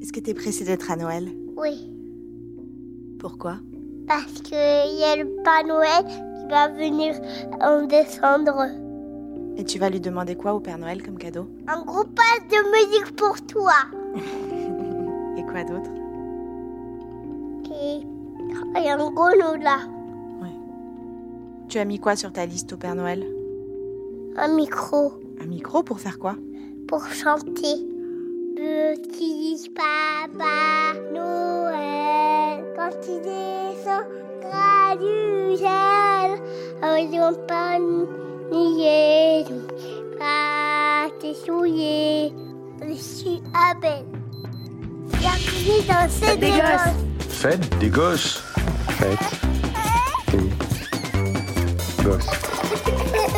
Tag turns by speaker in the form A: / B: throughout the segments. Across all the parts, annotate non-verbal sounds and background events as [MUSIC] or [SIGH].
A: Est-ce que t'es pressée d'être à Noël
B: Oui,
A: Pourquoi
B: parce qu'il y a le Père Noël qui va venir en décembre.
A: Et tu vas lui demander quoi au Père Noël comme cadeau
B: Un gros pas de musique pour toi.
A: Et quoi d'autre
B: Et il y a un gros lot là.
A: Tu as mis quoi sur ta liste au Père Noël
B: Un micro
A: Un micro pour faire quoi
B: pour chanter. Petit papa Noël, quand il descendra du ciel, ayons pas nié, pas tes souliers. Je suis Abel. Bienvenue dans cette
A: des
B: école. [LAUGHS]
C: Faites des gosses.
D: Faites des gosses.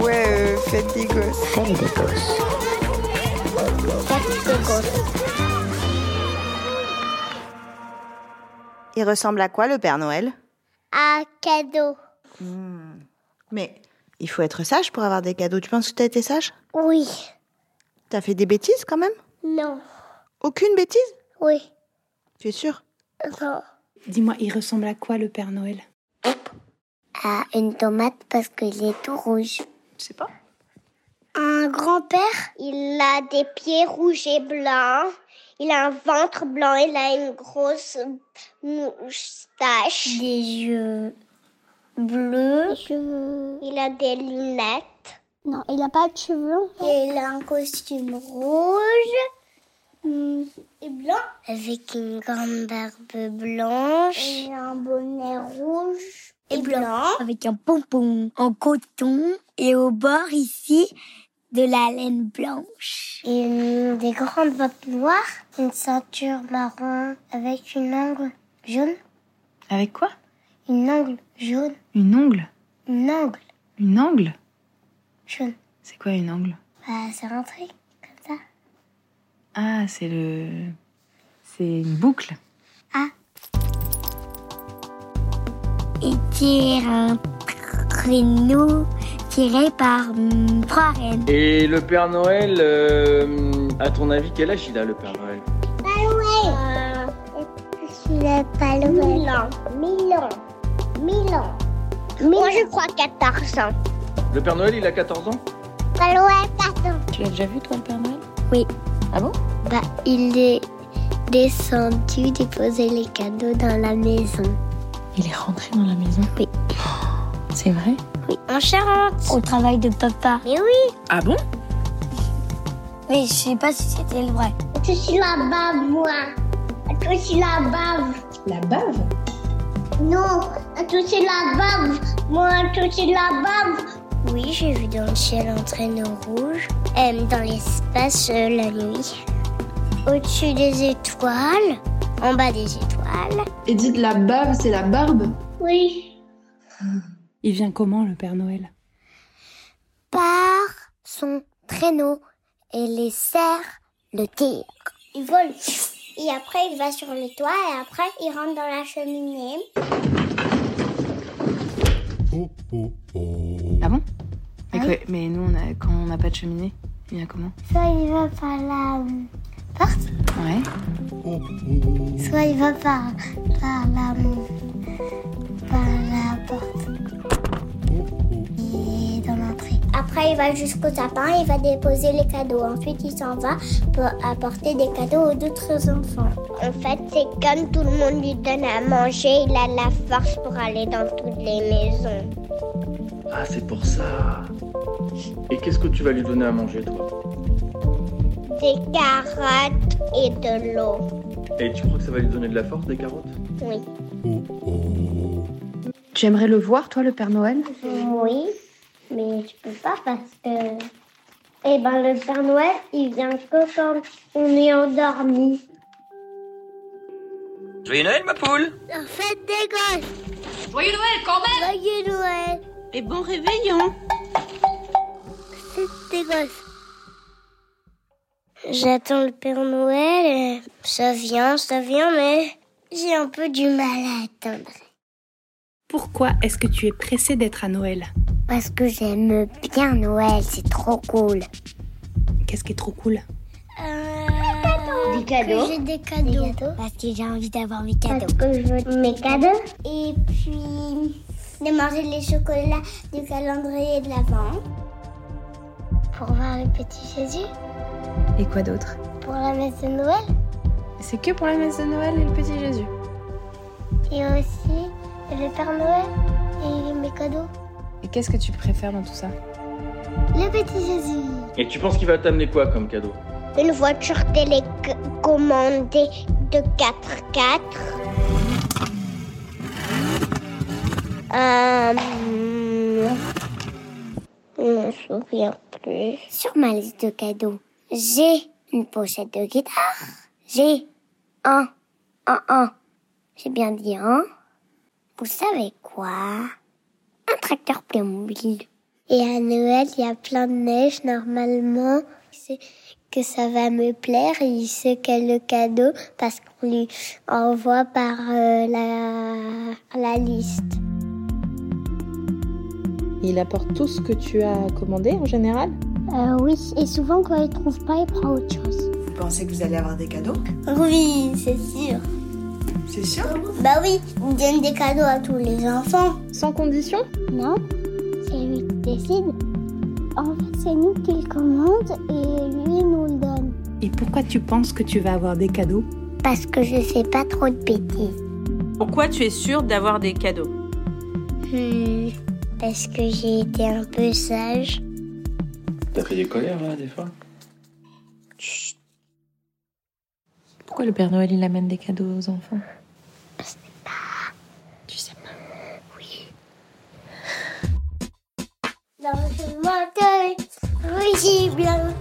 A: Ouais, euh, faites des gosses.
D: Faites des gosses.
A: Il ressemble à quoi le Père Noël
B: Un cadeau.
A: Mais il faut être sage pour avoir des cadeaux. Tu penses que t'as été sage
B: Oui.
A: T'as fait des bêtises quand même
B: Non.
A: Aucune bêtise
B: Oui.
A: Tu es sûre
B: Non.
E: Dis-moi, il ressemble à quoi le Père Noël
B: À une tomate parce qu'il est tout rouge.
A: Je sais pas.
B: Un grand-père, il a des pieds rouges et blancs. Il a un ventre blanc, il a une grosse moustache. Des yeux bleus. Il a des lunettes. Non, il n'a pas de cheveux. il a un costume rouge et blanc. Mm. Avec une grande barbe blanche. Et un bonnet rouge et, blanc.
F: avec un pompon en coton et au bord ici de la laine blanche.
B: Et des grandes bottes noires, une ceinture marron avec une angle jaune,
E: Avec quoi
B: une angle jaune,
E: Une ongle
B: une angle
E: Une angle
B: jaune.
E: C'est quoi une angle
B: Bah, c'est un truc comme ça.
E: Ah, c'est le. C'est une boucle.
F: Et tire un traîneau tiré par hum, trois rennes.
G: Et le Père Noël, euh, à ton avis, quel âge il a le Père Noël
B: Il a pas le Milan, Milan, Milan. Moi, je crois 14 ans.
G: Le Père Noël, il a 14 ans
B: Pas loin, 14 ans.
E: Tu l'as déjà vu, toi, le Père Noël Ah
B: Bah, il est descendu déposer les cadeaux dans la maison.
E: Il est rentré dans la maison Oh,
B: Oui.
E: C'est vrai
B: En Charente.
F: Au travail de papa.
B: Mais oui.
E: Ah bon
F: Mais je sais pas si c'était le vrai.
B: Je suis là-bas, moi. Je suis là-bas.
E: La bave
B: Non, toucher la bave. Moi, toucher la bave. Oui, j'ai vu dans le ciel un traîneau rouge. Euh, dans l'espace, euh, la nuit. Au-dessus des étoiles. En bas des étoiles.
H: Et dites la bave, c'est la barbe
B: Oui.
E: Il vient comment, le Père Noël
F: Par son traîneau et les serres le tirent.
B: Il vole. Et après, il va sur le toit. Et après, il rentre dans la cheminée.
E: Ah bon mais, quoi- mais nous, on a- quand on n'a pas de cheminée, il vient comment
B: Soit il va par la porte.
E: Ouais.
B: Soit il va par, par la par la porte. Et dans l'entrée. Après, Après, il va jusqu'au sapin, il va déposer les cadeaux. Ensuite, il s'en va pour apporter des cadeaux aux autres enfants. En fait, c'est comme tout le monde lui donne à manger, il a la force pour aller dans toutes les maisons.
G: Ah, c'est pour ça. Et qu'est-ce que tu vas lui donner à manger, toi
B: Des carottes et de l'eau.
G: Et tu crois que ça va lui donner de la force, des carottes
B: Oui.
E: Tu aimerais le voir, toi, le Père Noël
B: Oui, mais je peux pas parce que. Eh ben, le Père Noël, il vient que quand on est endormi.
I: Joyeux Noël, ma poule
B: En fait, des gosses
J: Joyeux Noël quand même
B: Joyeux Noël
K: Et bon réveillon
B: C'est des gosses J'attends le Père Noël, et ça vient, ça vient, mais j'ai un peu du mal à attendre.
L: Pourquoi est-ce que tu es pressée d'être à Noël
B: Parce que j'aime bien Noël, c'est trop cool.
L: Qu'est-ce qui est trop cool
B: Des cadeaux. Euh, J'ai des cadeaux. Parce que j'ai envie d'avoir mes cadeaux. Parce que je veux mes cadeaux. Et puis de manger les chocolats du calendrier de l'Avent. Pour voir le petit Jésus.
E: Et quoi d'autre
B: Pour la messe de Noël.
E: C'est que pour la messe de Noël et le petit Jésus.
B: Et aussi le Père Noël et mes cadeaux.
E: Et qu'est-ce que tu préfères dans tout ça
B: Le petit Jésus.
G: Et tu penses qu'il va t'amener quoi comme cadeau
B: Une voiture télécommandée de 4x4. Euh... Je me souviens plus. Sur ma liste de cadeaux, j'ai une pochette de guitare. J'ai un, un, un. J'ai bien dit un. Vous savez quoi Un tracteur Playmobil. Et à Noël, il y a plein de neige normalement. Il sait que ça va me plaire et il sait quel est le cadeau parce qu'on lui envoie par euh, la, la liste.
M: Il apporte tout ce que tu as commandé en général
B: Euh, oui, et souvent quand il trouve pas, il prend autre chose.
A: Vous pensez que vous allez avoir des cadeaux
B: Oui, c'est sûr.
A: C'est sûr
B: Bah oui, on donne des cadeaux à tous les enfants.
M: Sans condition
B: Non, c'est lui qui décide. En fait, c'est nous qui le commande et lui il nous le donne.
L: Et pourquoi tu penses que tu vas avoir des cadeaux
B: Parce que je fais pas trop de bêtises.
K: Pourquoi tu es sûre d'avoir des cadeaux
B: Hmm, parce que j'ai été un peu sage.
G: T'as fait des colères, là, hein, des fois
M: Pourquoi le Père Noël il amène des cadeaux aux enfants
B: Je sais pas.
M: Tu sais pas
B: Oui. Dans le mental, oui, blanc.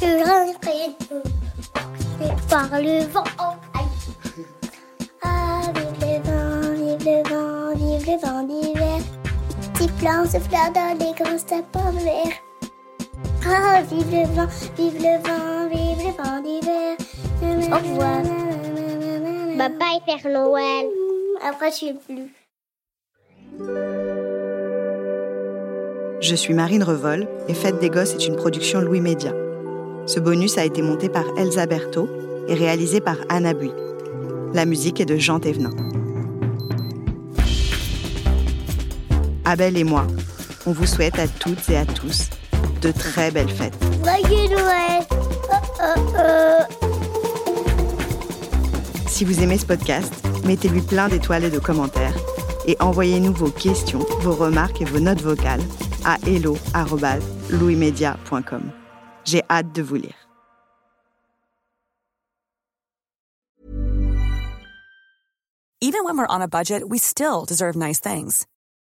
B: Je rentrais de par le vent. Oh, aïe. Ah, vive le vent, vive le vent, vive le vent d'hiver. Petit plan souffleur dans les grands sapins verts. Ah, vive le vent, vive le vent, vive le vent d'hiver. Au revoir. Bye bye, Père Noël. Après, je sais plus.
N: Je suis Marine Revol et Fête des Gosses est une production Louis Média. Ce bonus a été monté par Elsa Berthaud et réalisé par Anna Bui. La musique est de Jean Thévenin. Abel et moi, on vous souhaite à toutes et à tous de très belles fêtes.
B: Joyeux Noël. Oh, oh, oh.
N: Si vous aimez ce podcast, mettez-lui plein d'étoiles et de commentaires. Et envoyez-nous vos questions, vos remarques et vos notes vocales à hello.louismedia.com. J'ai hâte de vous lire.
O: Even when we're on a budget, we still deserve nice things.